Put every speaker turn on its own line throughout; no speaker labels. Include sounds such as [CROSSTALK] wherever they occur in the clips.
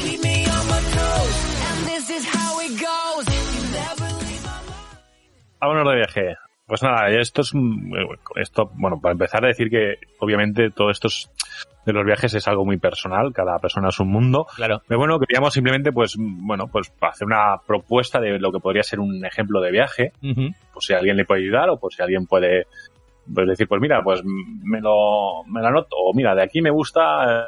Keep me on my toes, and this is how it goes. You never leave my mind.
Vámonos de viaje. Pues nada, esto es un- esto, bueno, para empezar a decir que obviamente todo esto es- de los viajes es algo muy personal, cada persona es un mundo.
Claro.
Pero bueno, queríamos simplemente pues mm, bueno, pues hacer una propuesta de lo que podría ser un ejemplo de viaje,
Ujú.
por si alguien le puede ayudar o por si alguien puede pues, decir, pues mira, pues mm, me lo me la anoto o mira, de aquí me gusta eh,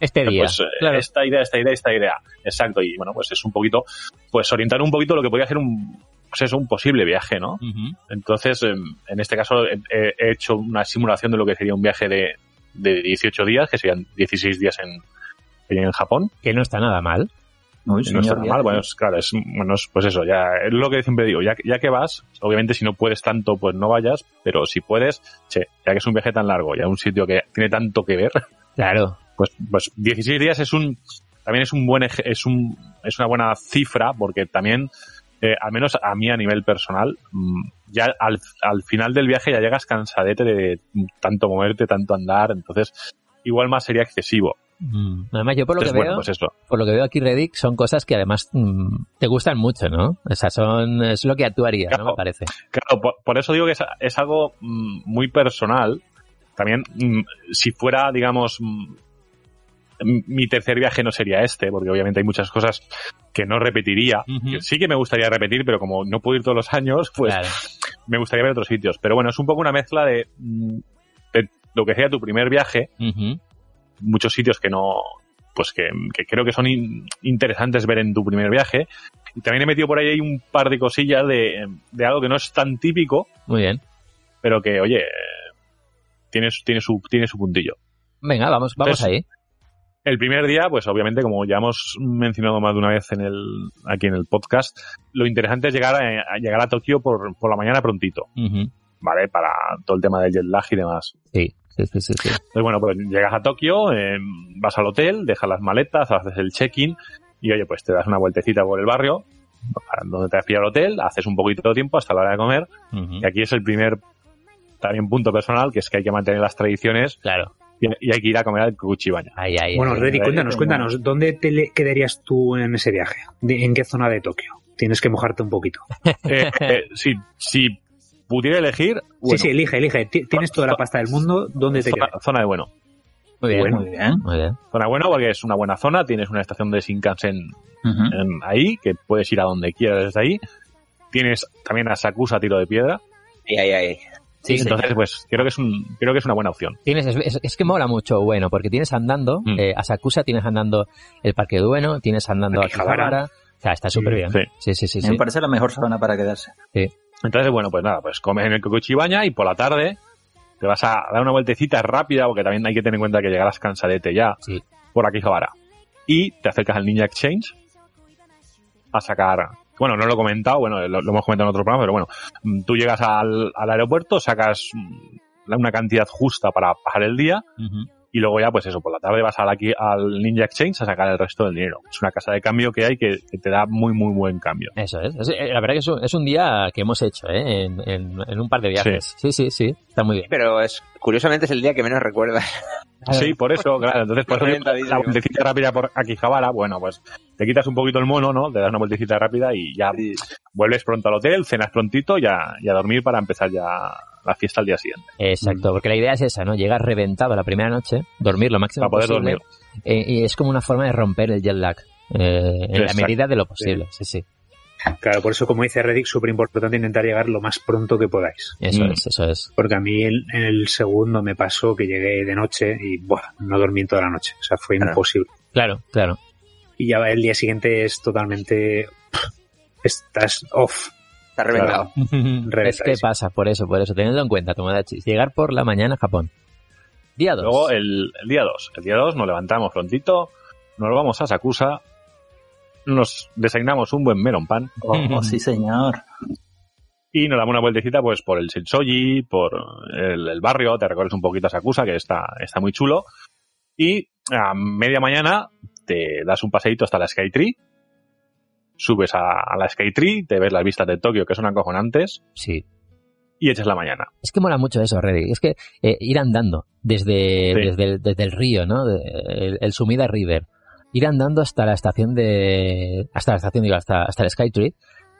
Este día.
pues, eh,
claro.
esta idea, esta idea, esta idea. Exacto, y bueno, pues es un poquito pues orientar un poquito lo que podría ser un pues eso, un posible viaje, ¿no?
Ujú.
Entonces, em, en este caso, he- he he hecho una simulación de lo que sería un viaje de, de 18 días, que serían 16 días en, en Japón.
Que no está nada mal.
Que no está mal. Bueno, es, claro, es, bueno, es- pues eso, ya es lo que siempre digo, ya, que- ya que vas, obviamente si no puedes tanto, pues no vayas, pero si puedes, che, ya que es un viaje tan largo y a un sitio que tiene tanto que ver,
Claro.
pues, pues 16 días es un también es un buen ej- es un es una buena cifra porque también eh, al menos a mí a nivel personal mm, ya al, al final del viaje ya llegas cansadete de tanto moverte tanto andar entonces igual más sería excesivo
Mm. Además, yo por lo
entonces
que
bueno
veo,
pues eso
por lo que veo aquí Reddick, son cosas que además mm, te gustan mucho, ¿no? O sea, son, es lo que actuaría, ¿no? Me
Claro.
parece.
Claro, por, por eso digo que es, es algo mm, muy personal. También, mm, si fuera, digamos, mm, m- mi tercer viaje no sería este, porque obviamente hay muchas cosas que no repetiría.
Ujú.
que sí que me gustaría repetir, pero como no puedo ir todos los años, pues
Claro.
me gustaría ver otros sitios. Pero bueno, es un poco una mezcla de, mm, de lo que sería tu primer viaje,
Ujú.
muchos sitios que no pues que, que creo que son in- interesantes ver en tu primer viaje y también he metido por ahí un par de cosillas de, de algo que no es tan típico
Muy bien.
pero que, oye, eh, tiene, su- tiene, su, tiene su puntillo.
Venga, vamos, vamos
Entonces,
ahí.
El primer día, pues obviamente, como ya hemos mencionado más de una vez en el, aquí en el podcast, lo interesante es llegar a, a llegar a Tokio por, por la mañana prontito,
Ujú.
¿vale? Para todo el tema del jet lag y demás.
Sí, sí, sí, sí. sí.
Entonces, bueno, pues llegas a Tokio, eh, vas al hotel, dejas las maletas, haces el check-in y, oye, pues te das una vueltecita por el barrio, donde te has pillado el hotel, haces un poquito de tiempo hasta la hora de comer
Ujú.
y aquí es el primer también punto personal, que es que hay que mantener las tradiciones
Claro.
y, y hay que ir a comer al
[LAUGHS]
Cuchibaña.
Ahí, ahí.
Bueno,
ahí.
Reddy, cuéntanos,
Como-
cuéntanos, ¿dónde te le- quedarías tú en ese viaje? ¿De- ¿En qué zona de Tokio? Tienes que mojarte un poquito.
Eh, eh, si, si pudiera elegir, bueno,
sí, sí, elige, elige. Ti- Tienes toda la pasta del mundo, ¿dónde te
zona,
quedas?
zona de bueno.
Muy bien.
Bueno.
Muy bien.
Muy bien.
Zona bueno porque es una buena zona, tienes una estación de Shinkansen
Ujú.
en- ahí, que puedes ir a donde quieras desde ahí. Tienes también a Sakusa a tiro de piedra.
Ahí, ahí, ahí.
Sí,
Entonces, pues creo que es un, creo que es una buena opción.
Tienes, es, es que mola mucho, bueno, porque tienes andando,
Mm.
eh, a Sakusa tienes andando el Parque Dueno, tienes andando a
Akihabara.
Akihabara. O sea, está súper bien.
Sí.
Sí, sí, sí. sí.
Me parece la mejor zona para [LAUGHS] quedarse.
Entonces, bueno, pues nada, pues comes en el Kokuchibaña y por la tarde te vas a dar una vueltecita rápida, porque también hay que tener en cuenta que llegarás cansadete ya
Sí.
por aquí Javara. Y te acercas al Ninja Exchange a sacar. Bueno, no lo he comentado, bueno, lo, lo hemos comentado en otro programa, pero bueno, mm, tú llegas al, al aeropuerto, sacas mm, la- una cantidad justa para pasar el día
Ujú.
y luego ya, pues eso, por la tarde vas al, aquí, al Ninja Exchange a sacar el resto del dinero. Es una casa de cambio que hay que, que te da muy, muy buen cambio.
Eso es. Es- eh, La verdad que es un, es un día que hemos hecho, ¿eh? En, en- en un par de viajes. Sí, sí, sí. Está muy bien.
Pero es, curiosamente es el día que menos recuerdas.
Sí, por eso, claro. Entonces, por eso
Orientadísimo.
la vueltecita rápida por Akihabara, bueno, pues te quitas un poquito el mono, ¿no? Te das una vueltecita rápida y ya vuelves pronto al hotel, cenas prontito y a, y a dormir para empezar ya la fiesta al día siguiente.
Exacto, porque la idea es esa, ¿no? Llegar reventado la primera noche, dormir lo máximo
Para poder
posible.
dormir.
eh, y es como una forma de romper el jet lag. eh, en la
Exacto.
medida de lo posible, sí, sí.
Claro, por eso, como dice Reddick, súper importante intentar llegar lo más pronto que podáis.
Eso
Mm.
es, eso es.
Porque a mí el- en el segundo me pasó que llegué de noche y buah, no dormí en toda la noche. O sea, fue
Claro.
imposible.
Claro,
[LAUGHS]
claro.
Y ya el día siguiente es totalmente... Estás off.
Está reventado.
es que pasa, por eso, por eso. Tenedlo en cuenta, Tomodachi. Llegar por la mañana a Japón. Día 2.
eh, Luego el, el día 2. El día 2 nos levantamos prontito, nos vamos a Sakusa, nos designamos un buen melon pan
Oh, sí, señor.
y nos damos una vueltecita pues por el Shinsoji, por el, el barrio, te recorres un poquito a Sakusa, que está, está muy chulo. Y a media mañana te das un paseíto hasta la Sky Tree, subes a, a la Sky Tree, te ves las vistas de Tokio que son acojonantes
Sí.
y echas la mañana.
Es que mola mucho eso, Reddy. Es que eh, ir andando desde,
Sí.
desde, el, desde el río, ¿no? De- el, el Sumida River. Ir andando hasta la estación de... Hasta la estación, digo, hasta, hasta el Skytree.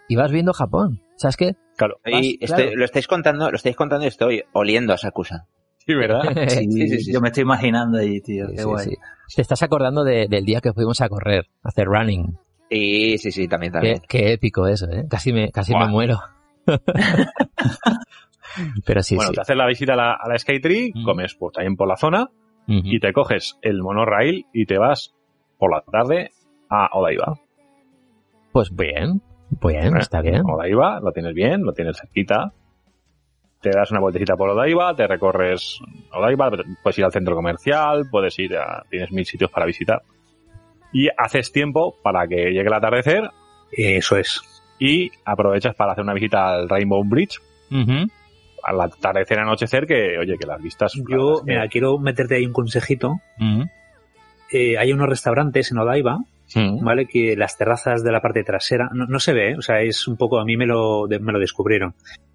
Y vas viendo Japón. ¿Sabes qué?
Claro,
Y
Vas, claro.
estoy- lo estáis contando, lo estáis contando y estoy oliendo a Sakusa.
sí, ¿verdad?
Eh,
Sí, sí, sí, sí.
Yo me estoy imaginando ahí, tío.
Sí,
Qué
sí,
guay.
sí. Te estás acordando de- del día que fuimos a correr, a hacer running.
Sí, sí, sí, también,
Qué,
también.
qué épico eso, ¿eh? Casi me, casi me
Buah. [LAUGHS]
muero. Pero [LAUGHS] sí,
bueno,
sí.
te haces la visita a la, a la Sky Tree,
Mm.
comes pues también por la zona
Ujú.
y te coges el monorail y te vas por la tarde a Odaiba.
Pues bien, bien,
Eh,
está bien.
Odaiba, lo tienes bien, lo tienes cerquita. Te das una vueltecita por Odaiba, te recorres Odaiba, puedes ir al centro comercial, puedes ir a... tienes mil sitios para visitar. Y haces tiempo para que llegue el atardecer
Eso es.
y aprovechas para hacer una visita al Rainbow Bridge,
Ujú.
al atardecer anochecer, que oye, que las vistas... la verdad
Yo,
es que-
mira, quiero meterte ahí un consejito.
Ujú.
Eh, hay unos restaurantes en Odaiba,
Mm.
¿vale? Que las terrazas de la parte trasera, no, no se ve, ¿eh? o sea, es un poco, a mí me lo, de- me lo descubrieron.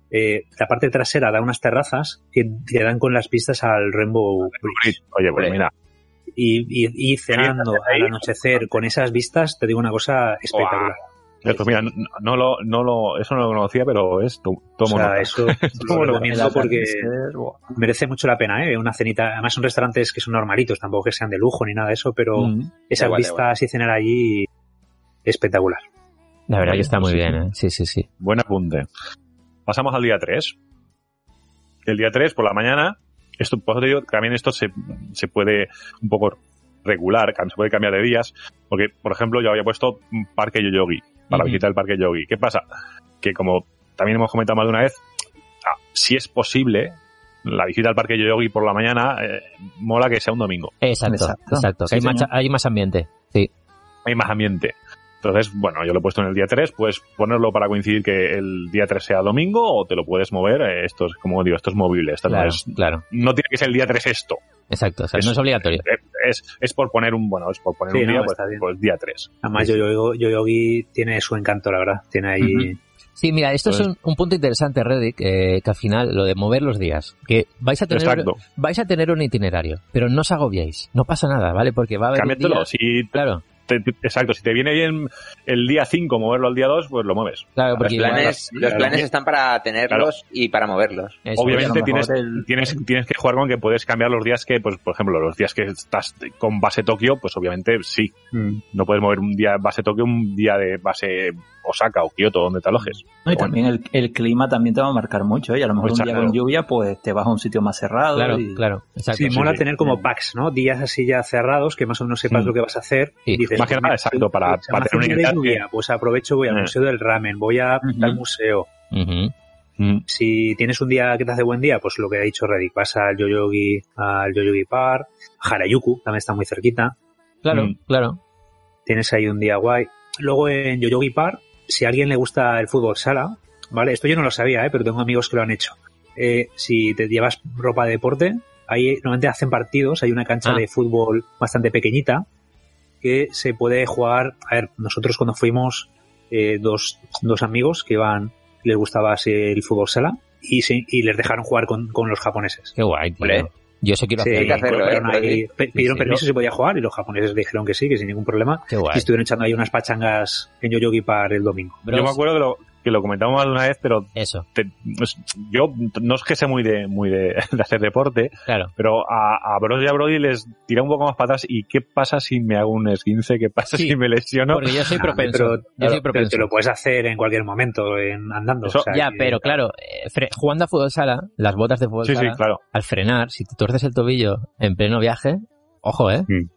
Eh, la parte trasera da unas terrazas que te dan con las pistas al Rainbow Bridge.
Oye, pues
Ole.
mira,
Y, y- y cenando al anochecer con esas vistas, te digo una cosa espectacular.
esto, mira, no, no lo, no lo, eso no lo conocía, pero es, to-
O
tomo
sea,
nota.
[LAUGHS] eso lo
Bueno,
El
recomiendo porque
atardecer, buah.
merece mucho la pena, ¿eh? Una cenita, además son restaurantes que son normalitos, tampoco que sean de lujo ni nada de eso, pero
Mm.
esas
Da igual, da
vistas y cenar allí, espectacular.
La verdad
Oye,
que está
pues
muy
sí,
bien, ¿eh? Sí, sí, sí.
Buen apunte. Pasamos al día 3. El día 3 por la mañana, esto, por eso te digo, también esto se, se puede un poco regular, cam- se puede cambiar de días, porque, por ejemplo, yo había puesto un Parque Yoyogi, para
Ujú.
visitar el Parque Yoyogi. ¿Qué pasa? Que como también hemos comentado más de una vez, ah, si es posible, la visita al Parque Yoyogi por la mañana eh, mola que sea un domingo.
Exacto, exacto.
Exacto.
que
Sí,
hay, más,
señor.
hay más ambiente. Sí.
hay más ambiente. Entonces, bueno, yo lo he puesto en el día 3, pues ponerlo para coincidir que el día 3 sea domingo o te lo puedes mover. eh, Esto es, como digo, esto es movible. Esto
Claro,
no, es,
claro.
no tiene que ser el día 3 esto.
Exacto. o sea,
Es-
no es obligatorio.
Es, es por poner un, bueno, es por poner
Sí,
un
no,
día, pues,
está bien.
pues día 3.
Además, Yoyogi Yoyogi tiene su encanto, la verdad. Tiene ahí.
Ujú. Sí, mira, esto es
Entonces-
un, un punto interesante, Reddick, eh, que al final, lo de mover los días, que vais a tener,
Exacto.
vais a tener un itinerario, pero no os agobiáis, no pasa nada, ¿vale? Porque va a haber un
Cámbiatelo.
día-
Si
Claro,
te- te- exacto, si te viene bien el día 5 moverlo al día 2, pues lo mueves.
claro,
Los
porque
Los
igual-
planes, los
claro.
planes están para tenerlos y para moverlos.
eso,
a lo
Obviamente
mejor
tienes,
el-
tienes, tienes que jugar con que puedes cambiar los días que, pues, por ejemplo, los días que estás con base Tokio, pues obviamente sí,
Mm.
No puedes mover un día base Tokio, un día de base Osaka o Kioto, donde te alojes.
No, y
Bueno.
también el, el clima también te va a marcar mucho. ¿eh? Y a lo mejor
Pues
un día
claro.
con lluvia, pues te vas a un sitio más cerrado.
Claro,
y-
claro, exacto.
Sí,
sí,
mola
sí.
tener como packs, ¿no? Días así ya cerrados que más o menos sepas
Mm.
lo que vas a hacer.
Sí.
Más que
pues,
nada,
mira,
exacto, para-
se llama
para tener una
Cine de
idea
lluvia, Pues aprovecho, voy al
Eh.
Museo del Ramen, voy a
Ujú.
tal museo.
Ujú.
Si tienes un día que te hace buen día, pues lo que ha dicho Reddick, vas al Yoyogi, al Yoyogi Park, Harajuku, también está muy cerquita.
Claro,
Mm.
claro.
tienes ahí un día guay. Luego en Yoyogi Park, si a alguien le gusta el fútbol sala, ¿vale? Esto yo no lo sabía, ¿eh? pero tengo amigos que lo han hecho. Eh, si te llevas ropa de deporte, ahí normalmente hacen partidos, hay una cancha
Ah.
de fútbol bastante pequeñita que se puede jugar. A ver, nosotros cuando fuimos, eh, dos, dos amigos que iban, les gustaba así el fútbol sala y, se- y les dejaron jugar con, con los japoneses.
Qué guay, tío.
Ole.
Yo eso quiero
Sí,
hacer.
hay que hacerlo,
fueron
¿eh?
ahí, pe- pidieron
sí,
permiso si se podía jugar y los japoneses dijeron que sí, que sin ningún problema.
Qué guay.
Y estuvieron echando ahí unas pachangas en Yoyogi para el domingo.
Bros,
Yo me acuerdo que lo, que lo comentamos más de una vez, pero
Eso,
te- es- yo no es que sea muy de muy de, [LAUGHS] de hacer deporte,
claro.
pero a, a Bros y a Brody les tira un poco más para atrás. ¿Y qué pasa si me hago un esguince? ¿Qué pasa
Sí.
si me lesiono?
Porque yo soy
Ah,
propenso.
pero-
yo soy
pero
propenso.
te lo puedes hacer en cualquier momento, en, andando.
Eso-
o sea,
ya,
que-
pero claro, eh, fre- jugando a fútbol sala, las botas de fútbol
Sí, sí,
sala,
claro.
al frenar, si te torces el tobillo en pleno viaje, ojo, ¿eh?
Mm.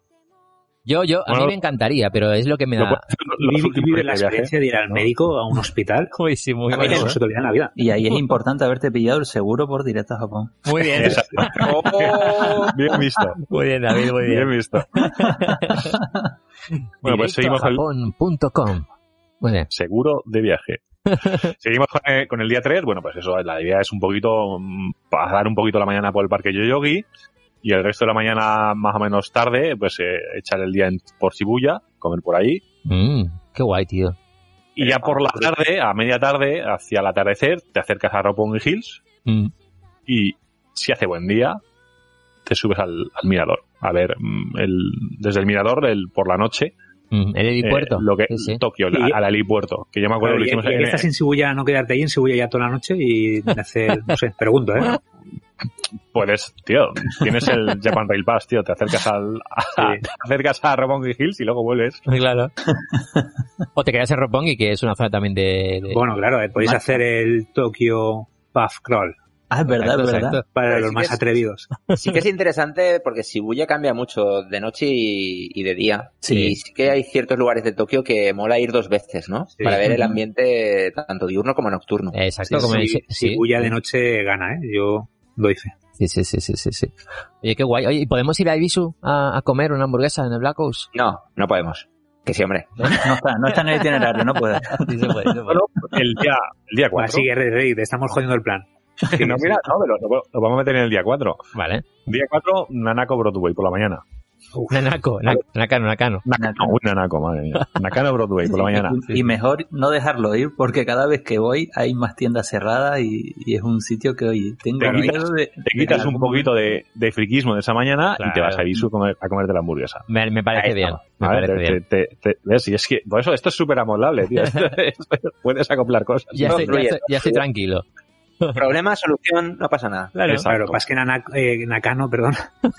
Yo, yo, a
Bueno,
mí me encantaría, pero es lo que me
Lo
da.
puedes hacer los
Vive-
últimos
vive
días
la
de viaje.
experiencia de ir al
¿no?
médico a un hospital.
[LAUGHS] Uy, sí, muy ¿eh?
A mí
bueno.
no se te olvida en la vida.
Y ahí es importante haberte pillado el seguro por directo a Japón.
Muy bien,
Exacto.
Oh,
Bien visto.
[LAUGHS] muy bien, David, muy bien.
Bien visto. Bueno, pues seguimos al
Japón.com. Muy bien.
seguro de viaje. Seguimos con, eh, con el día 3. Bueno, pues eso, la idea es un poquito mm, pasar un poquito la mañana por el parque Yoyogi y el resto de la mañana, más o menos tarde, pues eh, echar el día en- por Shibuya, comer por ahí.
Mm, qué guay, tío.
Y ya por la tarde, a media tarde, hacia el atardecer, te acercas a Roppongi Hills
Mm,
y si hace buen día, te subes al, al mirador. A ver, mm, el, desde el mirador, el, por la noche,
mm, el
eh,
helipuerto.
lo que
Sí, sí.
Tokio,
Sí.
a- al helipuerto, que yo me acuerdo que
Claro,
lo
y-
hicimos
y
en,
estás en Shibuya, no quedarte ahí en Shibuya ya toda la noche y hacer, no sé, pregunto, ¿eh?
Puedes, tío, tienes
[LAUGHS]
el Japan Rail Pass, tío, te acercas al a-
Sí.
[LAUGHS] te acercas a Roppongi Hills y luego vuelves.
[LAUGHS] Claro. o te quedas en Roppongi, que es una zona también de... de-
Bueno, claro, eh, podéis
Marca.
hacer el Tokyo Puff Crawl
Ah, es verdad,
Exacto,
es verdad.
exacto.
para
Pero
los
sí
más
que es-
atrevidos.
sí que es interesante porque Shibuya cambia mucho de noche y, y de día.
Sí.
Y sí que hay ciertos lugares de Tokio que mola ir dos veces, ¿no?
Sí.
Para ver el ambiente tanto diurno como nocturno.
Exacto,
Sí,
como
sí,
dice- sí,
Shibuya de noche gana, ¿eh? Yo doy fe.
sí, sí, sí, sí, sí, sí. Oye, qué guay. Oye, ¿y podemos ir a Ibisu a, a comer una hamburguesa en el Black House? [LAUGHS]
No, no podemos. Que sí, hombre.
No está, no está en el itinerario, no puede.
Sí, se puede, se puede.
El día, el día 4.
Así que, Red, Red, te estamos jodiendo
[LAUGHS]
el plan.
no, mira, no, pero lo, lo vamos a meter en el día 4.
Vale.
Día 4, Nanako Broadway por la mañana.
Nanako, na- Nakano, Nakano.
Nanako, uy, Nanako, madre mía. Nakano Broadway por la mañana.
Y, y mejor no dejarlo ir porque cada vez que voy hay más tiendas cerradas y, y es un sitio que, oye, tengo
Te quitas-
miedo de...
Te quitas un poquito de, de friquismo de esa mañana y te
Claro.
vas a Ibisu a, comer- a comerte la hamburguesa.
Me, me parece
Ahí
bien.
estamos.
Me
A ver,
parece
te-
bien.
te- te- te- ¿Ves? Y es que, por eso, esto es súper amolable,
[LAUGHS]
tío. Esto- esto- puedes acoplar cosas.
Ya, estoy,
no
ya
influye.
estoy- ya estoy tranquilo.
Problema, solución, no pasa nada.
Claro.
Exacto.
Claro, pasa que Nana- eh, Nakano, perdón,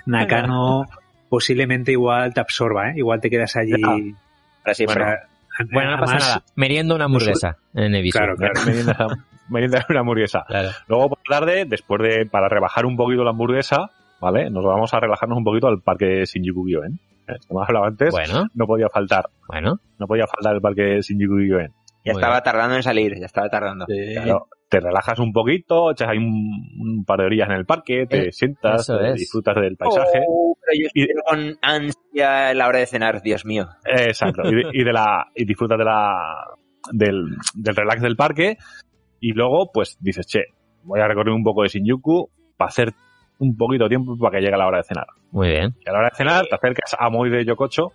Nakano posiblemente igual te absorba, ¿eh? Igual te quedas allí.
Ahora sí,
o
bueno,
sea,
Bueno, no pasa
además-
nada. Meriendo una hamburguesa en Ibisu.
Claro, claro.
Merienda, merienda una hamburguesa.
Claro.
Luego por la tarde, después de, para rebajar un poquito la hamburguesa, ¿vale? Nos vamos a relajarnos un poquito al parque de Shinjuku Gyoen. ¿eh? Como hemos hablado antes,
Bueno,
no podía faltar.
bueno.
No podía faltar el parque de Shinjuku Gyoen.
ya
Muy
estaba tardando en salir, ya estaba tardando.
Claro, te relajas un poquito, echas ahí un, un par de orillas en el parque, te
Eh,
sientas,
eso
te
es.
disfrutas del paisaje.
Oh, pero yo
Y-
espero con ansia la hora de cenar, Dios mío.
Eh, Exacto. Y, de- y de la, y disfrutas de la, del, del relax del parque. Y luego, pues dices, che, voy a recorrer un poco de Shinjuku para hacer un poquito de tiempo para que llegue la hora de cenar.
Muy bien.
Y a la hora de cenar te acercas a Moy de Yococho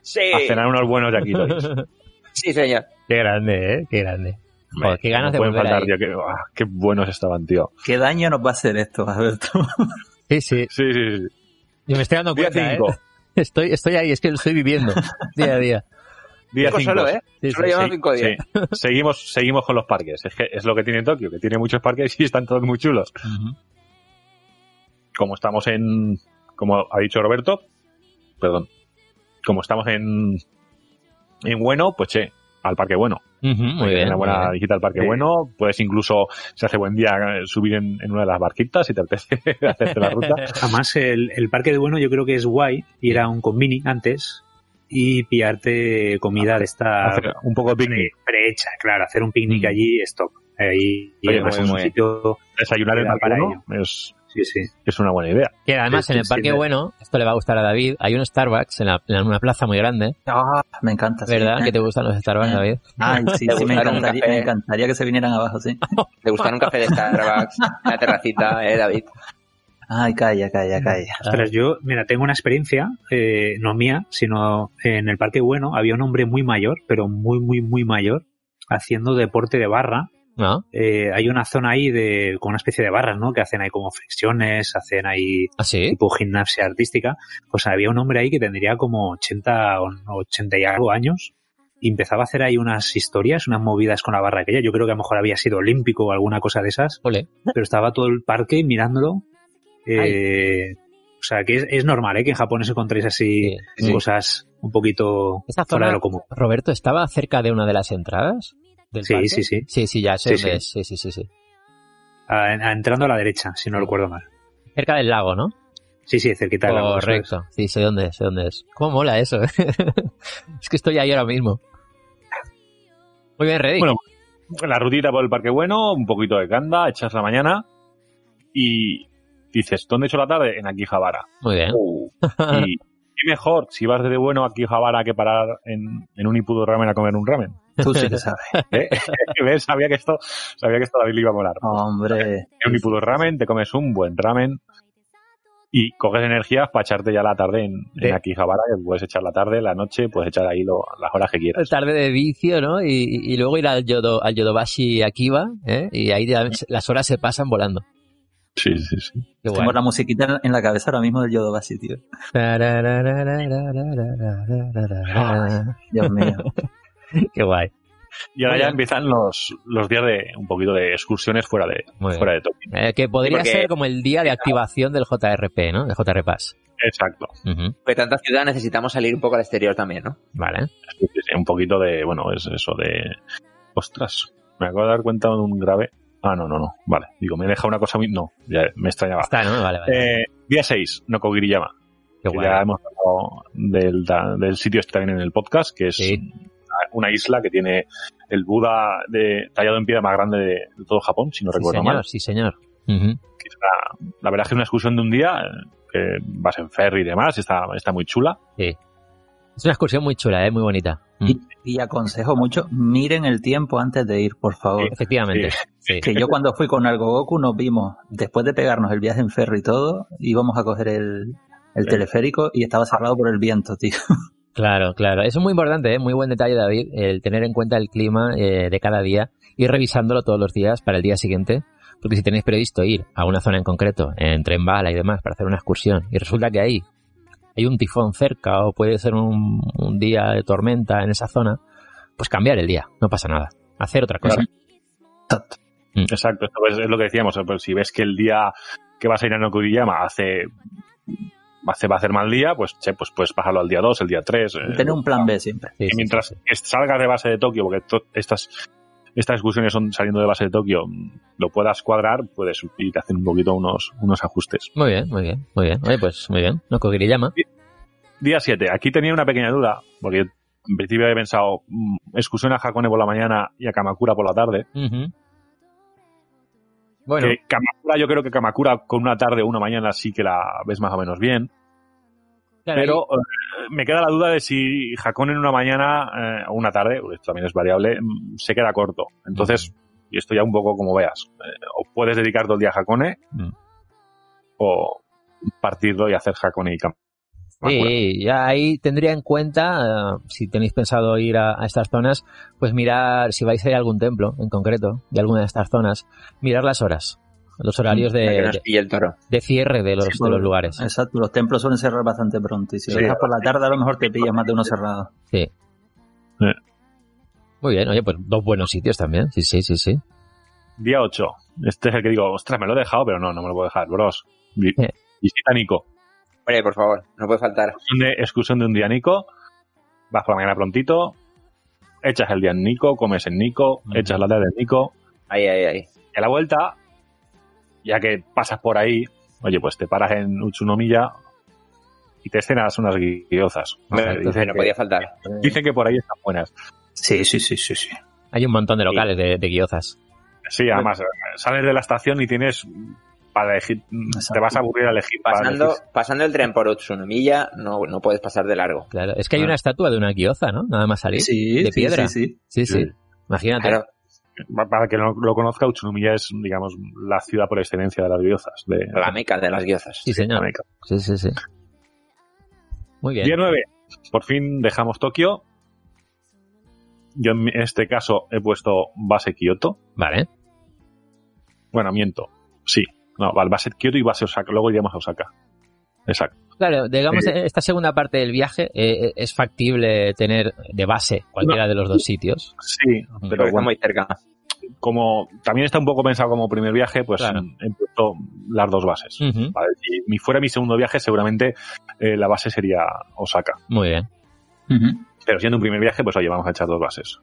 Sí,
a cenar unos buenos
[LAUGHS]
yaquitos.
sí, señor.
qué grande, ¿eh? Qué grande. Joder, qué ganas de
pueden
volver
faltar, tío.
ahí.
Qué, ah, qué buenos estaban, tío.
¿Qué daño nos va a hacer esto, Alberto?
Sí, sí.
Sí, sí, sí.
Yo me estoy dando
Día
cuenta, ¿eh? [LAUGHS]
5.
Estoy, estoy ahí, es que lo estoy viviendo día a día.
Día
Cinco
5.
solo, ¿eh?
Sí,
Solo
sí,
llevamos cinco días.
Seguimos, seguimos con los parques. Es, que es lo que tiene Tokio, que tiene muchos parques y están todos muy chulos. Como estamos en. Como ha dicho Roberto. Perdón. Como estamos en. En bueno, pues che, al parque bueno.
Ujú, muy bien.
Una
muy
buena
bien.
visita al parque
Sí.
bueno. Puedes incluso, si hace buen día, eh, subir en, en una de las barquitas si te apetece [LAUGHS] hacerte la
[LAUGHS]
ruta.
Además, el, el parque de bueno yo creo que es guay ir a un convini antes y pillarte comida de esta
Hacer un poco de picnic.
pre- prehecha, claro, hacer un picnic
Mm.
allí es top. Eh, Ahí y
Oye,
además
muy,
es un
muy.
sitio,
desayunar en
Era
el
para
parque es,
sí, sí.
es una buena idea.
Que además
Sí,
en el
sí,
Parque
sí.
Bueno, esto le va a gustar a David, hay un Starbucks en, la- en una plaza muy grande,
Ah, me encanta. sí.
¿verdad? Que te gustan los Starbucks,
Eh.
David.
Ay, sí, sí, me
Te gustaron un
encantaría,
café.
me encantaría que se vinieran abajo, sí.
Te gustan un café de Starbucks, una terracita, eh, David.
Ay, calla, calla, calla.
Ostras, yo, mira, tengo una experiencia, eh, no mía, sino en el Parque Bueno había un hombre muy mayor, pero muy, muy, muy mayor, haciendo deporte de barra.
¿No?
Eh, hay una zona ahí de, con una especie de barras, ¿no? Que hacen ahí como flexiones, hacen ahí
¿Ah, sí?
tipo gimnasia artística. Pues había un hombre ahí que tendría como 80 o 80 y algo años y empezaba a hacer ahí unas historias, unas movidas con la barra aquella. Yo creo que a lo mejor había sido olímpico o alguna cosa de esas
Ole.
pero estaba todo el parque mirándolo. Eh, o sea, que es, es normal ¿eh? que en Japón os encontréis así
Sí, sí.
cosas un poquito
Esa
fuera de
zona,
lo común.
Roberto, ¿estaba cerca de una de las entradas? Del
Sí,
parque?
sí, sí.
Sí, sí, ya sé
Sí,
dónde es. Sí, sí, sí, sí.
Ah, A- a- entrando a la derecha, si no recuerdo mal.
Cerca del lago, ¿no?
Sí, sí, cerquita de la Lago, eso es.
Correcto. Sí, sé dónde es, sé dónde es. ¿Cómo mola eso? [LAUGHS] eh? es que estoy ahí ahora mismo. Muy bien, Reddy.
Bueno, la rutita por el Parque Bueno, un poquito de canda, echas la mañana y dices, ¿dónde he hecho la tarde? En
[LAUGHS]
Aquijabara.
Muy bien.
Oh.
Uh, y, y mejor si vas de bueno a Aquijabara que parar en, en un Ipudo Ramen a comer un ramen. [LAUGHS]
Tú sí
[LAUGHS]
que sabes.
¿eh? ¿Ves? Sabía que esto, sabía que esto a David le iba a molar.
Hombre.
En un Ipudo Ramen te comes un buen ramen y coges energías para echarte ya la tarde en,
Sí.
en Akihabara, que puedes echar la tarde, la noche, puedes echar ahí lo- las horas que quieras.
Tarde de vicio, ¿no? Y, y luego ir al, yodo, al Yodobashi Akiba, ¿eh? Y ahí ya las horas se pasan volando.
Sí, sí, sí.
Qué guay.
Tengo la musiquita en la cabeza ahora mismo del Yodobashi, tío.
[LAUGHS]
Dios mío.
[LAUGHS] Qué guay.
Y ahora
Vaya.
ya empiezan los, los días de un poquito de excursiones fuera de,
Muy bien.
fuera de Tokio.
Eh, que podría
porque-
ser como el día de activación del JRP, ¿no? De JRPAS.
Exacto.
Ujú,
Porque tanta ciudad necesitamos salir un poco al exterior también, ¿no?
Vale.
Sí, sí, sí, Un poquito de, bueno, es eso de... Ostras, me acabo de dar cuenta de un grave... Ah, no, no, no. Vale. Digo, me he dejado una cosa muy... No, ya me extrañaba.
Está, ¿no? Vale, vale.
Eh, día 6, Nokogiriyama.
Qué
que
guay.
ya hemos hablado del, da- del sitio este también en el podcast, que es
Sí.
una- una isla que tiene el Buda de, tallado en piedra más grande de, de todo Japón, si no
Sí,
recuerdo
señor,
mal.
sí, señor. Ujú.
Que es una- la verdad es que es una excursión de un día, eh, vas en ferry y demás, está, está muy chula.
Es una excursión muy chula, ¿eh? Muy bonita. Mm,
Y, y aconsejo mucho, miren el tiempo antes de ir, por favor.
Efectivamente. Sí.
Que yo cuando fui con Algo Goku nos vimos, después de pegarnos el viaje en ferry y todo, íbamos a coger el, el
Sí.
teleférico y estaba cerrado por el viento, tío.
Claro, claro. Eso es muy importante, ¿eh? Muy buen detalle, David, el tener en cuenta el clima eh, de cada día, ir revisándolo todos los días para el día siguiente. Porque si tenéis previsto ir a una zona en concreto, en tren bala y demás, para hacer una excursión, y resulta que ahí hay un tifón cerca o puede ser un, un día de tormenta en esa zona, pues cambiar el día, no pasa nada. Hacer otra cosa.
Exacto, esto es, es lo que decíamos, eh, pues si ves que el día que vas a ir a Nokogiriyama hace, hace va a hacer mal día, pues che, pues puedes pasarlo al día 2, el día eh, 3.
[LAUGHS] Tener un plan B siempre.
Sí,
Y
sí,
mientras
sí,
que salgas de base de Tokio, porque to- estas, estas excursiones son saliendo de base de Tokio, mm, lo puedas cuadrar, puedes ir a hacer un poquito unos, unos ajustes.
sí. Muy bien, muy bien, muy bien. Oye, pues muy bien. No cogería llama.
Día 7. Aquí tenía una pequeña duda, porque yo en principio había pensado mm, excursión a Hakone por la mañana y a Kamakura por la tarde.
Ujú. Bueno,
Que Kamakura, yo creo que Kamakura con una tarde o una mañana sí que la ves más o menos bien,
claro,
pero eh, me queda la duda de si Hakone en una mañana eh, o una tarde, porque esto también es variable, mm, se queda corto. Entonces, y esto ya un poco como veas. Eh, o puedes dedicar todo el día a Hakone
Mm.
o partirlo y hacer Hakone y Kam- Kamakura.
Sí, ya ahí tendría en cuenta, eh, si tenéis pensado ir a, a estas zonas, pues mirar si vais a ir a algún templo en concreto de alguna de estas zonas, mirar las horas, los horarios de,
Para Mm, que nos
de-
pille el toro.
de cierre de los,
Sí,
de los
por-
lugares.
Exacto, los templos suelen cerrar bastante pronto y si lo
Sí.
dejas por la tarde a lo mejor te pillas más de uno cerrado.
Muy bien, oye, pues dos buenos sitios también. Sí, sí, sí, sí.
Día 8. Este es el que digo, ostras, me lo he dejado, pero no, no me lo puedo dejar, bros. Vi-
Eh.
Visita a Nico.
Hombre, por favor, no puede faltar.
Excursión de- Excursión de un día a Nico. Vas por la mañana prontito. Echas el día en Nico, comes en Nico,
Ujú.
echas la tarde en Nico.
Ahí, ahí, ahí.
Y a la vuelta, ya que pasas por ahí, oye, pues te paras en Utsunomiya y te escenas unas gui- guiozas.
Ah,
Hombre,
Dicen
Pero no
que-
podía faltar.
Dicen que por ahí están buenas.
Sí, sí, sí, sí, sí.
Hay un montón de locales de, de guiozas.
Sí, además, eh, sales de la estación y tienes para elegir,
Exacto.
te vas a aburrir a elegir. para
Pasando,
elegir.
pasando el tren por Otsunomiya, no, no puedes pasar de largo.
Claro, es que hay
Ah.
una estatua de una guioza, ¿no? Nada más salir.
Sí,
de
sí,
piedra.
sí, sí.
Sí, sí.
Sí.
Imagínate.
Claro,
Pa- Para que no lo conozca, Utsunomiya es, digamos, la ciudad por excelencia de las guiozas. De,
la meca de las guiozas.
Sí, señor.
Meca.
Sí, sí, sí. Muy bien.
Día 9. Por fin dejamos Tokio. Yo en mi- en este caso he puesto base Kioto.
Vale.
Bueno, miento. Sí. No, va- va a ser Kioto y va a ser Osaka. Luego iremos a Osaka. Exacto.
Claro, digamos,
Sí.
eh, esta segunda parte del viaje eh, eh, es factible tener de base cualquiera de los dos sitios.
Sí,
Pero
pero
está
bueno,
muy cerca.
como también está un poco pensado como primer viaje, pues
Claro. Mm.
mm, he puesto las dos bases.
Ujú,
Vale, Si mi- fuera mi segundo viaje, seguramente eh, la base sería Osaka.
Muy bien.
Ujú.
Pero siendo un primer viaje, pues oye, vamos a echar dos bases.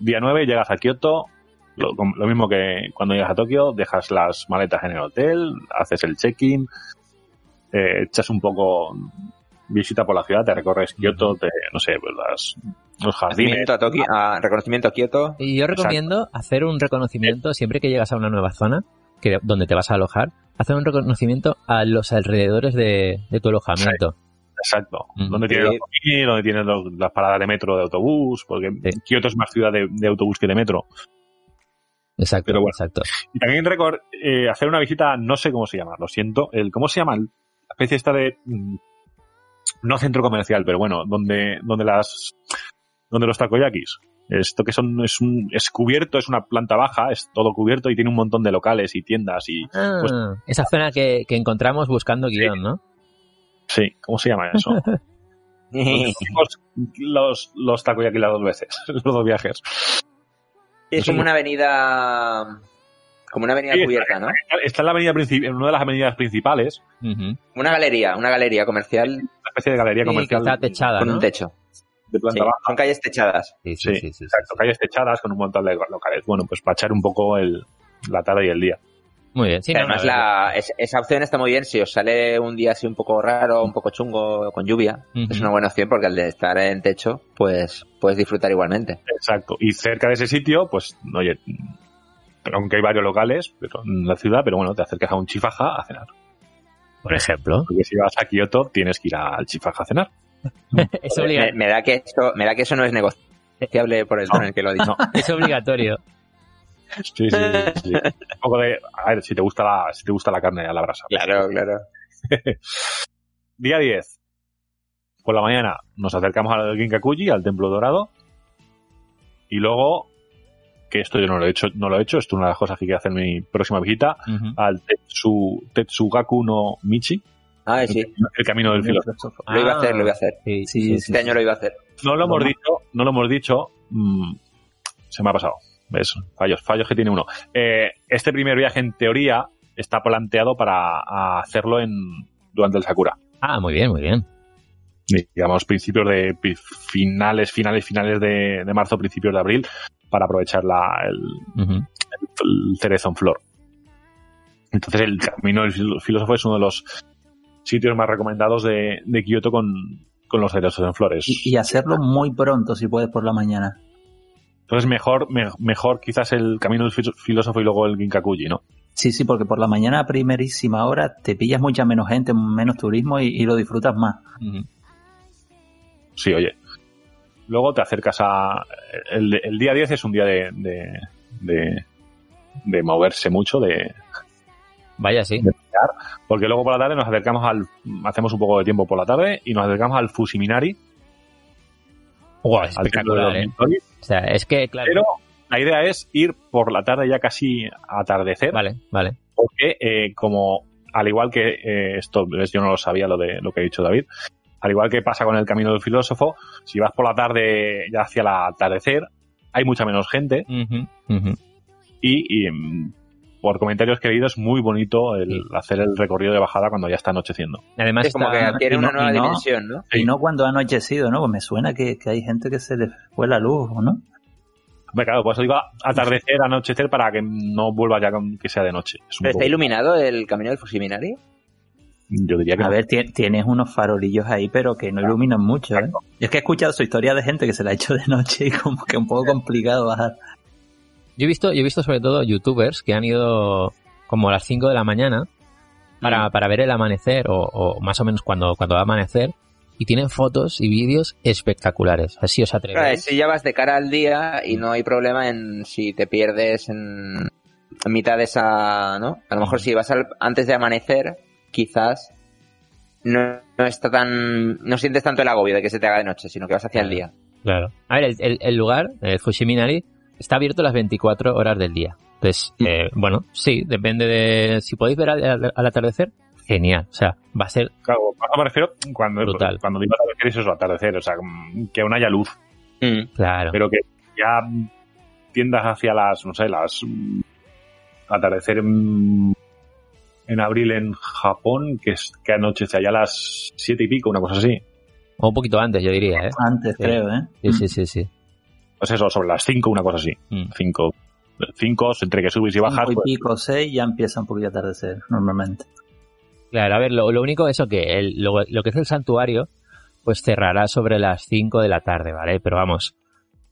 Día 9, llegas a Kioto. Lo, com- lo mismo que cuando llegas a Tokio, dejas las maletas en el hotel, haces el check-in, eh, echas un poco visita por la ciudad, te recorres Kioto, te, no sé, pues las, los jardines.
Reconocimiento a, Tokio, a- reconocimiento a Kioto.
Y yo recomiendo hacer un reconocimiento siempre que llegas a una nueva zona, que donde te vas a alojar, hacer un reconocimiento a los alrededores de, de tu alojamiento.
Exacto.
Mm.
¿Dónde tienes
Sí.
los cominis, dónde tienes los- las paradas de metro, de autobús? Porque
Sí.
Kioto es más ciudad de, de autobús que de metro.
Exacto,
Pero bueno.
exacto.
Y también recor- eh, hacer una visita, no sé cómo se llama, lo siento. El, ¿Cómo se llama? La especie esta de. mm, No centro comercial, pero bueno, donde, donde las. donde los takoyakis. Esto que son, es un, es cubierto, es una planta baja, es todo cubierto y tiene un montón de locales y tiendas y,
Ah,
Pues-
esa zona que, que encontramos buscando guión, ¿no?
sí, ¿cómo se llama
[LAUGHS]
eso?
[LAUGHS]
los, los, los takoyaki las dos veces, [LAUGHS] los dos viajes.
es como una avenida. Como una avenida
Sí,
cubierta, ¿no?
Está en la avenida princip- en una de las avenidas principales,
Ujú.
Una galería, una galería comercial
una especie de galería
Sí, que
comercial
está techada,
con
¿no?
un techo.
de planta
Sí,
baja.
son calles techadas.
Sí,
Sí, Exacto, calles techadas con un montón de locales. Bueno, pues para echar un poco el, la tarde y el día.
Muy bien. Sí, no,
Además,
no,
la, es- esa opción está muy bien. Si os sale un día así un poco raro, un poco chungo, con lluvia,
Ujú.
es una buena opción porque al de estar en techo, pues puedes disfrutar igualmente.
Exacto. Y cerca de ese sitio, pues, oye, aunque hay varios locales pero, en la ciudad, pero bueno, te acercas a un chifaja a cenar.
Por ejemplo.
Porque si vas a Kioto, tienes que ir al chifaja a cenar.
[LAUGHS] Es, obliga-
Me, me da que eso, me da que eso no es negociable por el tono en el que lo he dicho.
es obligatorio.
Sí, sí, sí, sí. Un poco de, a ver, si te gusta la, si te gusta la carne a la brasa.
Claro, claro.
Día 10. Por la mañana nos acercamos al Ginkakuji, al Templo Dorado. Y luego, que esto yo no lo he hecho, no lo he hecho, esto es una de las cosas que quiero hacer en mi próxima visita,
Ujú.
al Tetsu, Tetsugaku no Michi,
Ay, Ah, sí.
el camino del filósofo.
Lo iba a hacer, lo iba a hacer.
[LAUGHS] Sí,
Sí,
sí,
sí,
sí.
Este año lo iba a hacer.
No lo hemos dicho, no lo hemos dicho, mm, se me ha pasado. ¿Ves? Fallos, fallos que tiene uno. Eh, este primer viaje, en teoría, está planteado para a hacerlo en durante el Sakura.
Ah, muy bien, muy bien.
digamos, principios de pi- finales, finales, finales de, de marzo, principios de abril, para aprovechar la, el,
Ujú.
el cerezo en flor. Entonces, el camino del fil- filósofo es uno de los sitios más recomendados de, de Kioto con, con los cerezos en flores.
Y, y hacerlo muy pronto, si puedes, por la mañana.
Entonces, mejor, me- mejor quizás el camino del fil- filósofo y luego el Ginkakuji, ¿no?
Sí, sí, porque por la mañana a primerísima hora te pillas mucha menos gente, menos turismo y, y lo disfrutas más.
Ujú.
Sí, oye. Luego te acercas a. El, el día 10 es un día de. de, de- de moverse mucho, de,
Vaya, sí.
Porque luego por la tarde nos acercamos al. Hacemos un poco de tiempo por la tarde y nos acercamos al Fusiminari.
Guau,
al templo de los
espectacular, ¿eh?
Nintori.
O sea, es que, claro.
Pero la idea es ir por la tarde ya casi atardecer.
Vale, vale.
Porque, eh, como. Al igual que. eh, esto es- yo no lo sabía lo, de, lo que ha dicho David. Al igual que pasa con el camino del filósofo, si vas por la tarde ya hacia el atardecer, hay mucha menos gente
Ujú, ujú.
y. y, mm, por comentarios queridos, es muy bonito el
Sí.
hacer el recorrido de bajada cuando ya está anocheciendo.
Además,
Es como que
está-
adquiere
y no-
una nueva
y no.
dimensión, ¿no?
Sí.
Y no cuando ha anochecido, ¿no? Pues me suena que, que hay gente que se le fue la luz, ¿o ¿no?
Hombre, claro, por eso digo atardecer, anochecer, para que no vuelva ya con- que sea de noche. Es un
¿Pero está
poco-
iluminado el camino del Fusiminari?
yo diría que
A
no.
ver, ti- tienes unos farolillos ahí, pero que no iluminan mucho, ¿eh? Yo es que he escuchado su historia de gente que se la ha hecho de noche y como que un poco complicado bajar.
Yo he visto, yo he visto sobre todo youtubers que han ido como a las 5 de la mañana para, para ver el amanecer o, o más o menos cuando, cuando va a amanecer y tienen fotos y vídeos espectaculares. Así os
Claro,
atrevéis.
si ya vas de cara al día y no hay problema en si te pierdes en, en mitad de esa, ¿no? A lo mejor si vas al- antes de amanecer, quizás no, no está tan, no sientes tanto el agobio de que se te haga de noche, sino que vas hacia el día.
Claaro. A ver, el, el- el lugar, el Fushiminari, está abierto las 24 horas del día. Entonces, eh, bueno, sí, depende de si podéis ver al, al- al atardecer, genial. O sea, va a ser
Claro, a eso me refiero cuando,
Brutal.
cuando digo atardecer es eso, atardecer, o sea, mm, que aún haya luz,
claro.
pero que ya mm, tiendas hacia las, no sé, las mm, atardecer en, en abril en Japón, que es que anochece allá a las siete y pico, una cosa así.
O un poquito antes, yo diría, ¿eh?
Antes,
Sí.
creo, ¿eh?
Sí, sí, sí, sí.
Pues eso, sobre las cinco, una cosa así.
Mm.
Cinco, cinco, entre que subes y bajas,
Cinco y
pues,
pico, seis, ya empieza un poquito a atardecer, normalmente.
Claro, a ver, lo, lo único eso que el- lo, lo que es el santuario, pues cerrará sobre las 5 de la tarde, ¿vale? Pero vamos.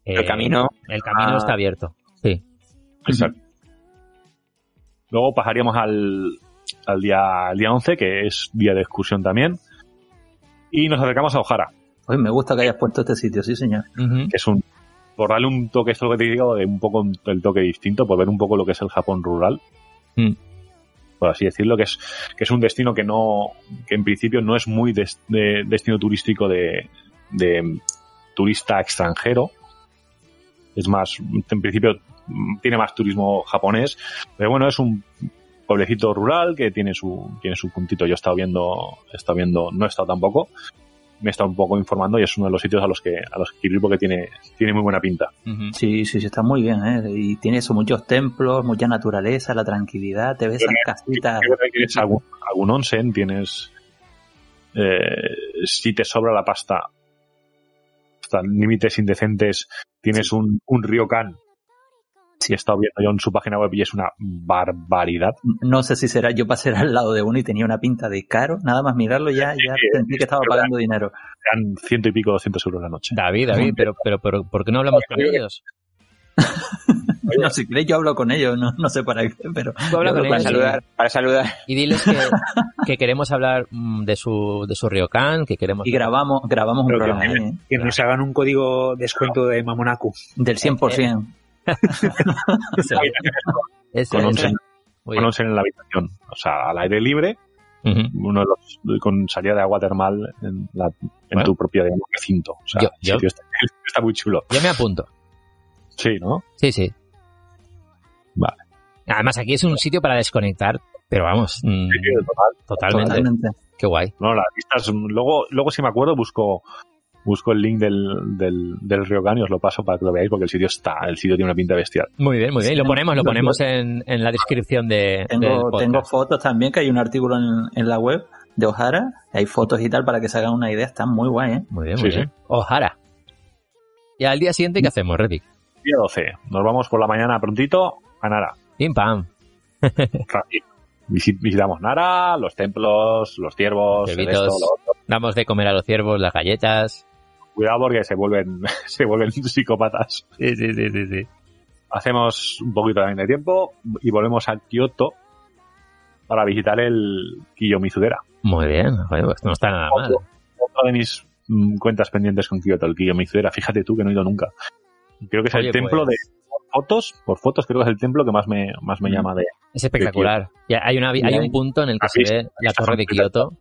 eh,
El camino.
El camino
Ah.
está abierto. Sí.
Exacto. Luego pasaríamos al, al día, al día 11, que es día de excursión también. Y nos acercamos a Ojara,
Uy, Pues me gusta que hayas puesto este sitio, sí, señor.
Ujú.
que es un. Por darle un toque, esto es lo que te digo, de un poco un- el toque distinto, por ver un poco lo que es el Japón rural.
Mm.
Por así decirlo, que es, que es un destino que no. que en principio no es muy des- de- destino turístico de, de mm, turista extranjero. Es más, en principio mm, tiene más turismo japonés, pero bueno, es un pueblecito rural que tiene su tiene su puntito. Yo he estado viendo, he estado viendo, no he estado tampoco, me he estado un poco informando y es uno de los sitios a los que a los que quiero ir porque tiene tiene muy buena pinta.
Sí, sí, sí, está muy bien, ¿eh? Y tiene eso, muchos templos, mucha naturaleza, la tranquilidad, te ves esas casitas.
Creo que tienes algún, algún onsen, tienes eh, si te sobra la pasta, hasta límites indecentes, tienes un un ryokan. Sí, he estado viendo yo en su página web y es una barbaridad.
No sé si será, yo pasé [LAUGHS] al lado de uno y tenía una pinta de caro, nada más mirarlo ya, ya
sí,
sentí que estaba
es verdad.
pagando dinero.
Eran ciento y pico, doscientos euros la noche.
David, David, pero, pero, pero ¿por qué no hablamos con ellos?
No, si queréis yo hablo con ellos, no, no sé para qué, pero
Tú habla
yo
con
hablo
Para
ellos
con
saludar, para saludar.
y, y diles que, que queremos hablar mm, de su, de su Ryokan, que queremos...
y grabamos, grabamos un
Creo que
programa
sí.
¿eh?
Que nos hagan un código descuento de Mamonaku.
Eh,
del
[LAUGHS]
[LAUGHS] 100%.
Eso, eso,
Con
eso.
onsen,
Muy
con
bien.
onsen en la habitación, o sea, al aire libre.
Ujú.
uno de los con salida de agua termal en, la, en
Bueno.
tu propio digamos, recinto. O sea,
Yo-
el sitio
yo-
Está, [LAUGHS] el sitio está muy chulo.
Yo me apunto.
Sí, ¿no?
Sí, sí.
Vale.
Además, aquí es un sitio para desconectar, pero vamos, mm,
Sí, total.
totalmente.
Totalmente.
Qué guay.
No, las vistas. Luego, luego si me acuerdo, busco busco el link del, del, del Ryokan y os lo paso para que lo veáis porque el sitio está, el sitio tiene una pinta bestial.
Muy bien, muy bien. Y lo ponemos, lo
Los-
ponemos en, en la descripción de, del
Tengo,
podcast.
tengo fotos también, que hay un artículo en, en la web de Ojara, hay fotos y tal para que se hagan una idea, está muy guay, ¿eh?
Muy bien,
Sí,
muy
sí.
bien. Ojara. Y al día siguiente, ¿qué hacemos, Reddick?
Día 12. Nos vamos por la mañana prontito a Nara.
Pim pam.
Rápido. Visi- Visitamos Nara, los templos, los ciervos,
Los
el
ciervitos.
Pues esto, lo otro.
Damos de comer a los ciervos, las galletas.
Cuidado porque se vuelven, [LAUGHS] se vuelven psicópatas.
Sí, sí, sí, sí. sí.
hacemos un poquito también de tiempo y volvemos a Kioto para visitar el Kiyomizudera.
Muy bien, joder, pues no está nada mal.
Otro, otro de mis mm, cuentas pendientes con Kioto, el Kiyomizudera. Fíjate tú que no he ido nunca. Creo que es
Oye,
el templo
pues.
de por fotos, por fotos creo que es el templo que más me, más me
Mm.
llama de...
Es espectacular. Y hay, una, hay un punto en el que
Ah,
se
sí.
ve la torre de Kioto.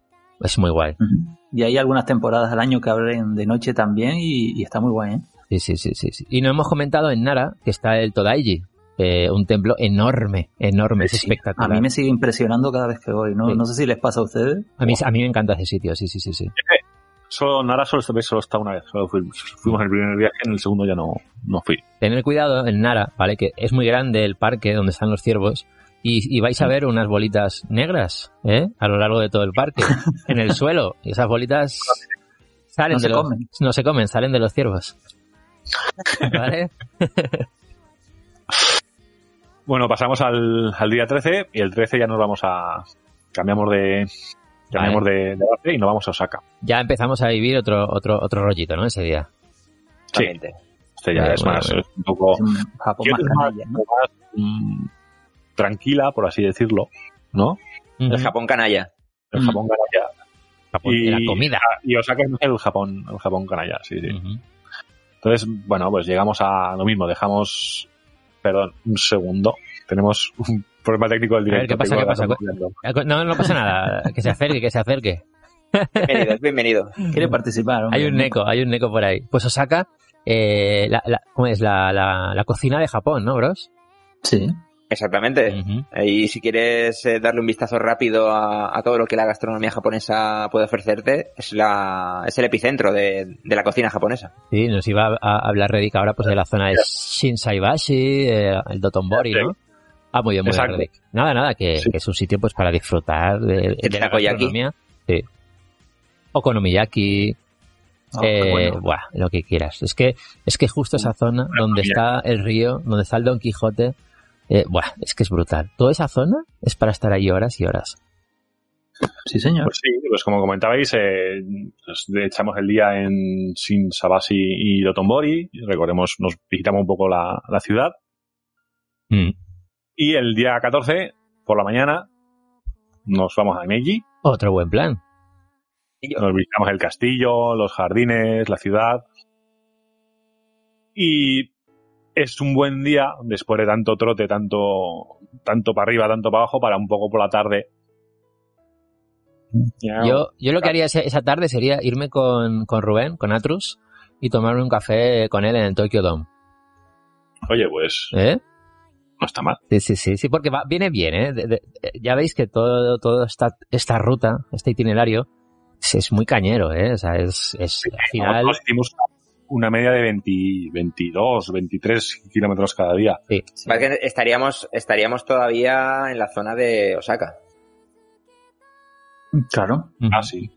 Es muy guay.
Ujú. Y hay algunas temporadas al año que abren de noche también y, y está muy guay, ¿eh?
Sí, sí, sí, sí, sí. Y no hemos comentado en Nara que está el Todaiji, eh, un templo enorme, enorme, es
Sí, A
espectacular.
mí me sigue impresionando cada vez que voy, ¿no?
Sí.
No sé si les pasa a ustedes.
a, mí, a mí me encanta ese sitio, sí, sí, sí, sí.
Solo, Nara solo, esta vez solo está una vez, solo fui- fuimos en el primer viaje, en el segundo ya no, no fui.
Tener cuidado en Nara, ¿vale? Que es muy grande el parque donde están los ciervos y, y vais a ver unas bolitas negras, ¿eh? A lo largo de todo el
[LAUGHS]
parque, en el suelo. Y esas bolitas salen
No se
de los,
comen.
No se comen, salen de los
[LAUGHS]
ciervos. ¿Vale?
Bueno, pasamos al, al día 13 y el 13 ya nos vamos a... cambiamos de... cambiamos de, de base y nos vamos a Osaka.
Ya empezamos a vivir otro, otro, otro rollito, ¿no? Ese día.
Sí,
Exactamente.
este ya
Vale,
es
bueno,
más,
bueno.
es un poco...
Es un Japón
Kioto
más
es más-
canalla, ¿no?
más, mm, tranquila, por así decirlo, ¿no?
El Japón canalla.
El
Mm.
Japón canalla.
Japón,
y-
la comida.
Ah, Y Osaka es el Japón, el Japón canalla, sí, sí.
Ujú.
Entonces, bueno, pues llegamos a lo mismo, dejamos, perdón, un segundo, tenemos un problema técnico del
ver,
directo.
¿qué pasa,
tengo
qué pasa?
la confusión.
No, no pasa nada. Que se acerque, que se acerque.
Bienvenido, es bienvenido.
Quiere participar. hombre.
Hay un neco, hay un neco por ahí. Pues Osaka, eh, la, la- ¿cómo es? La, la, la cocina de Japón, ¿no, bros?
Sí.
Exactamente.
Ujú.
Y si quieres eh, darle un vistazo rápido a, a todo lo que la gastronomía japonesa puede ofrecerte, es, la, es el epicentro de, de la cocina japonesa.
Sí, nos iba a, a hablar Reddick ahora pues de la zona de Shinsaibashi, eh, el Dotonbori,
Sí.
¿no? Ah, muy bien, muy bien,
Exacto.
Reddick. Nada, nada, que,
Sí.
que es un sitio pues para disfrutar de, de la
takoyaki.
gastronomía. Sí. Okonomiyaki,
Ah,
eh,
bueno.
buah, lo que quieras. Es que es que justo esa zona donde está el río, donde está el Don Quijote, eh, buah, es que es brutal. Toda esa zona es para estar ahí horas y horas.
Sí, señor.
Pues sí, pues como comentabais, eh, pues echamos el día en Sin Sabasi y Dotonbori. Recordemos, nos visitamos un poco la, la ciudad.
Mm.
Y el día 14, por la mañana, nos vamos a Meiji.
Otro buen plan.
Nos visitamos el castillo, los jardines, la ciudad. Y es un buen día, después de tanto trote, tanto, tanto para arriba, tanto para abajo, para un poco por la tarde. Ya,
Yo, yo lo que haría ese- esa tarde sería irme con, con Rubén, con Atrus, y tomarme un café con él en el Tokyo Dome.
Oye, pues
¿Eh?
no está mal.
Sí, sí, sí, sí, porque va- viene bien, ¿eh? De- de- ya veis que todo, todo esta, esta ruta, este itinerario, es, es muy cañero, ¿eh? O sea, es, es al final...
Nosotros hicimos una media de 20 22, 23 kilómetros cada día.
Vale, que estaríamos, estaríamos todavía en la zona de Osaka.
Pues, Claro.
Ujú.
Ah, sí.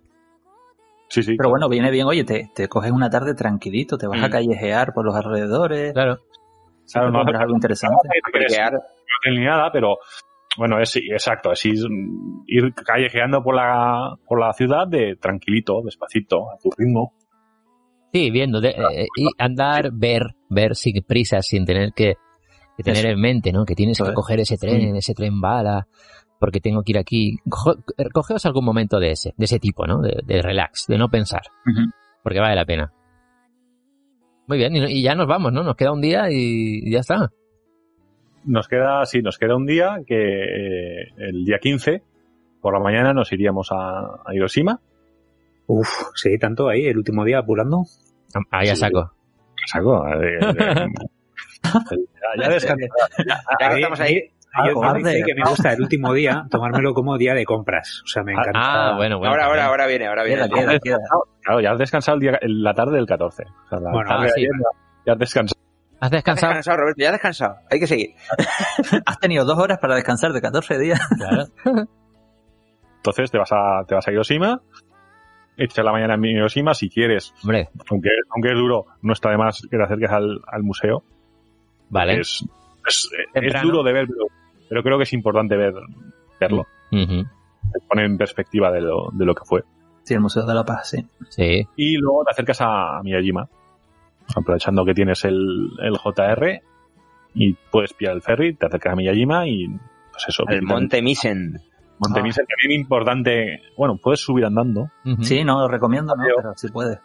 Sí, sí.
Pero bueno, viene bien, oye, te, te coges una tarde tranquilito, te vas a
Mm.
callejear por los alrededores,
Claro,
siempre
Claro, no,
compras algo
no
interesante.
hay que decir
Porque
ni nada, pero bueno, es sí, exacto, es ir, ir callejeando por la, por la ciudad de tranquilito, despacito, a tu ritmo.
sí, viendo, de- eh, y andar, ver, ver sin prisa, sin tener que, que tener en mente, ¿no? Que tienes que
Eso es.
coger ese tren, ese tren bala, porque tengo que ir aquí. Cojo- eh, cogeos algún momento de ese, de ese tipo, ¿no? De, de relax, de no pensar,
Ujú.
porque vale la pena. Muy bien, y, y ya nos vamos, ¿no? Nos queda un día y, y ya está.
Nos queda, sí, nos queda un día que eh, el día 15 por la mañana nos iríamos a, a Hiroshima.
Uf, sí, tanto ahí, el último día apurando.
Ahí a
Sí.
saco.
Que saco, eh, eh, ya, ya descansarás.
Ya que
Ahí-
estamos ahí,
Ah,
Yo
cobarde.
dije que me gusta el último día tomármelo como día de compras. O sea, me encanta.
Ah, bueno, bueno.
ahora, ahora,
también.
ahora viene, ahora viene.
Queda, queda, queda.
Claro, ya has descansado el día, la tarde del 14. O sea, la
Bueno,
tarde
ah,
de
sí.
ayer ya- ya has descansado.
¿Has
Ya has [LAUGHS]
descansado?
descansado, Roberto, ya has descansado. Hay que seguir.
Has tenido dos horas para descansar de 14 días.
Claro.
Entonces te vas a, te vas a Hiroshima, echas la mañana en Hiroshima si quieres,
Hombre,
aunque, aunque es duro, no está de más que te acerques al, al museo.
vale.
Es, es, es
Temprano.
duro de ver, pero, pero creo que es importante ver, verlo.
Ujú,
Te pone en perspectiva de lo, de lo que fue.
[LAUGHS] Sí, el Museo de la Paz, sí.
Sí.
Y luego te acercas a Miyajima, aprovechando que tienes el, el JR y puedes pillar el ferry, te acercas a Miyajima y pues eso.
Al
visitas
Monte Misen.
Monte
Ah.
Misen, que bien importante. Bueno, puedes subir andando.
ujú.
Sí, no lo recomiendo, ¿no?
Adiós.
Pero si puedes.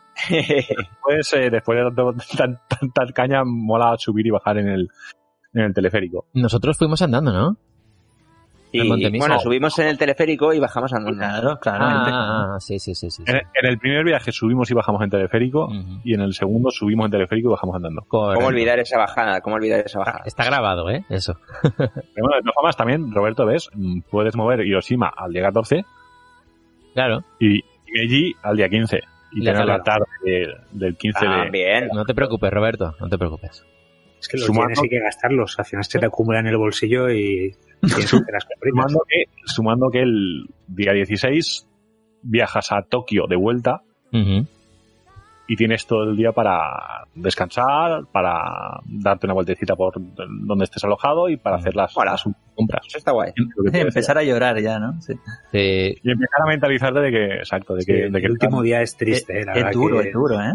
Pues eh, después de tanto- [LAUGHS] tan- tanta caña, mola subir y bajar en el, en el teleférico.
Nosotros fuimos andando, ¿no? Al Monte
Y
Misen.
bueno, subimos en el teleférico y bajamos andando.
Claro, claro.
Ah, ah, sí, sí, sí. sí, sí.
En, en el primer viaje subimos y bajamos en teleférico.
Ujú.
Y en el segundo subimos en teleférico y bajamos andando.
¿Cómo
Correcto.
olvidar esa bajada? ¿Cómo olvidar esa bajada?
Está grabado, ¿eh? Eso.
Pero bueno, de todas formas, también, Roberto, ves, Mm, puedes mover Hiroshima al día 14
Claro,
y Meiji al día 15. Y
Le
tener la
regalo.
tarde del, del 15
Ah,
de.
bien.
no te preocupes, Roberto, no te preocupes.
Es que los
Sumando-
tienes hay que gastarlos. Al final se te acumula en el bolsillo y tienes que hacer las compritas.
Sumando que, sumando que el día 16 viajas a Tokio de vuelta
Ujú.
y tienes todo el día para descansar, para darte una vueltecita por donde estés alojado y
Mm.
para hacer las,
Hola.
las compras.
Eso está guay.
Lo que
Sí,
puedes
empezar a llorar ya, ¿no? Sí.
Sí,
hacer. Y empezar a mentalizarte de que, exacto, de
Sí,
que, de que
el último día es triste, eh, la
es
verdad
duro,
que-
es duro, ¿eh?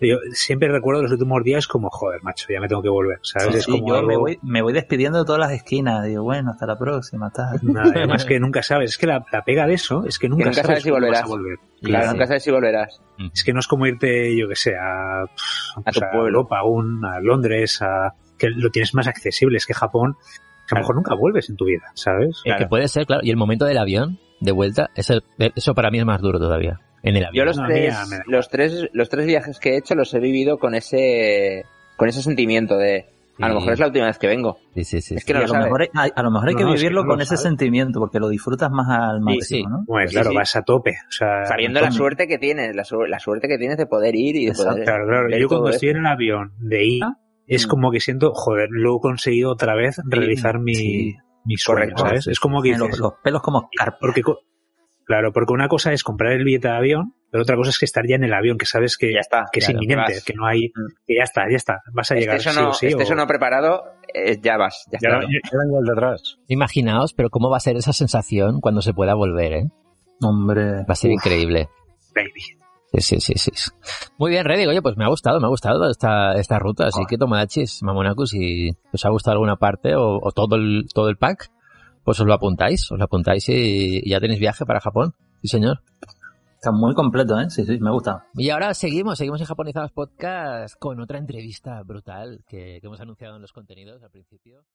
Yo siempre recuerdo los últimos días como, joder, macho, ya me tengo que volver, ¿sabes?
Sí,
es
sí,
como
yo
algo-
me, voy, me voy despidiendo de todas las esquinas. Digo, bueno, hasta la próxima, tal.
nada, además que nunca sabes, es que la, la pega de eso es que nunca,
nunca sabes si
cuándo
volverás.
vas a volver.
Claro,
sí.
nunca sabes si volverás.
Es que no es como irte, yo que sé, a, pff,
A tu
a
pueblo.
Europa, a, un- a Londres, a, que lo tienes más accesible, es que Japón, que a lo mejor nunca vuelves en tu vida, ¿sabes?
El que puede ser, claro. Y el momento del avión, de vuelta, es el- e, eso para mí es más duro todavía. En el
Yo
avión.
los
No,
tres,
mira, me da
los tres, los tres viajes que he hecho los he vivido con ese, con ese sentimiento de, a
Sí.
lo mejor es la última vez que vengo.
Sí, sí, sí.
Es
sí.
que no
Y
lo
a, lo
sabes.
mejor, hay- a, a lo mejor hay que
No, no, es que
vivirlo
no lo
con ese
sabes.
sentimiento, porque lo disfrutas más al máximo,
sí.
¿no?
Bueno,
Sí,
claro,
sí.
vas a tope, o sea,
Sabiendo la suerte que tienes, la, su- la suerte que tienes de poder ir y de
Exacto,
poder.
Claro, claro.
ver
Yo
todo
cuando
eso.
estoy en el avión de ida, es
Mm.
como que siento, joder, lo he conseguido otra vez realizar mi,
Sí.
mi sueño,
Correcto.
¿sabes? Es como que
Tiene los,
dices,
los pelos como carpa.
porque, co- claro, porque una cosa es comprar el billete de avión, pero otra cosa es que estar ya en el avión, que sabes que,
Ya está.
que es
claro,
inminente,
vas. Mm.
que no hay, que ya está, ya está, vas a llegar
Estés o
sí
no,
o sí.
estés
o-
o no preparado, eh, ya vas. Ya
Ya,
está.
ya- ya vengo al de atrás.
Imaginaos, pero cómo va a ser esa sensación cuando se pueda volver, ¿eh?
Hombre.
Va a ser increíble.
Baby.
Sí, sí, sí, sí. Muy bien, Reddy. Oye, pues me ha gustado, me ha gustado esta, esta ruta. Así que tomadachis, mamonacus, si os ha gustado alguna parte o, o todo, el, todo el pack, pues os lo apuntáis, os lo apuntáis y, y ya tenéis viaje para Japón. Sí, señor.
Está muy completo, ¿eh? Sí, sí, me gusta.
Y ahora seguimos, seguimos en Japonizados Podcast con otra entrevista brutal que, que hemos anunciado en los contenidos al principio.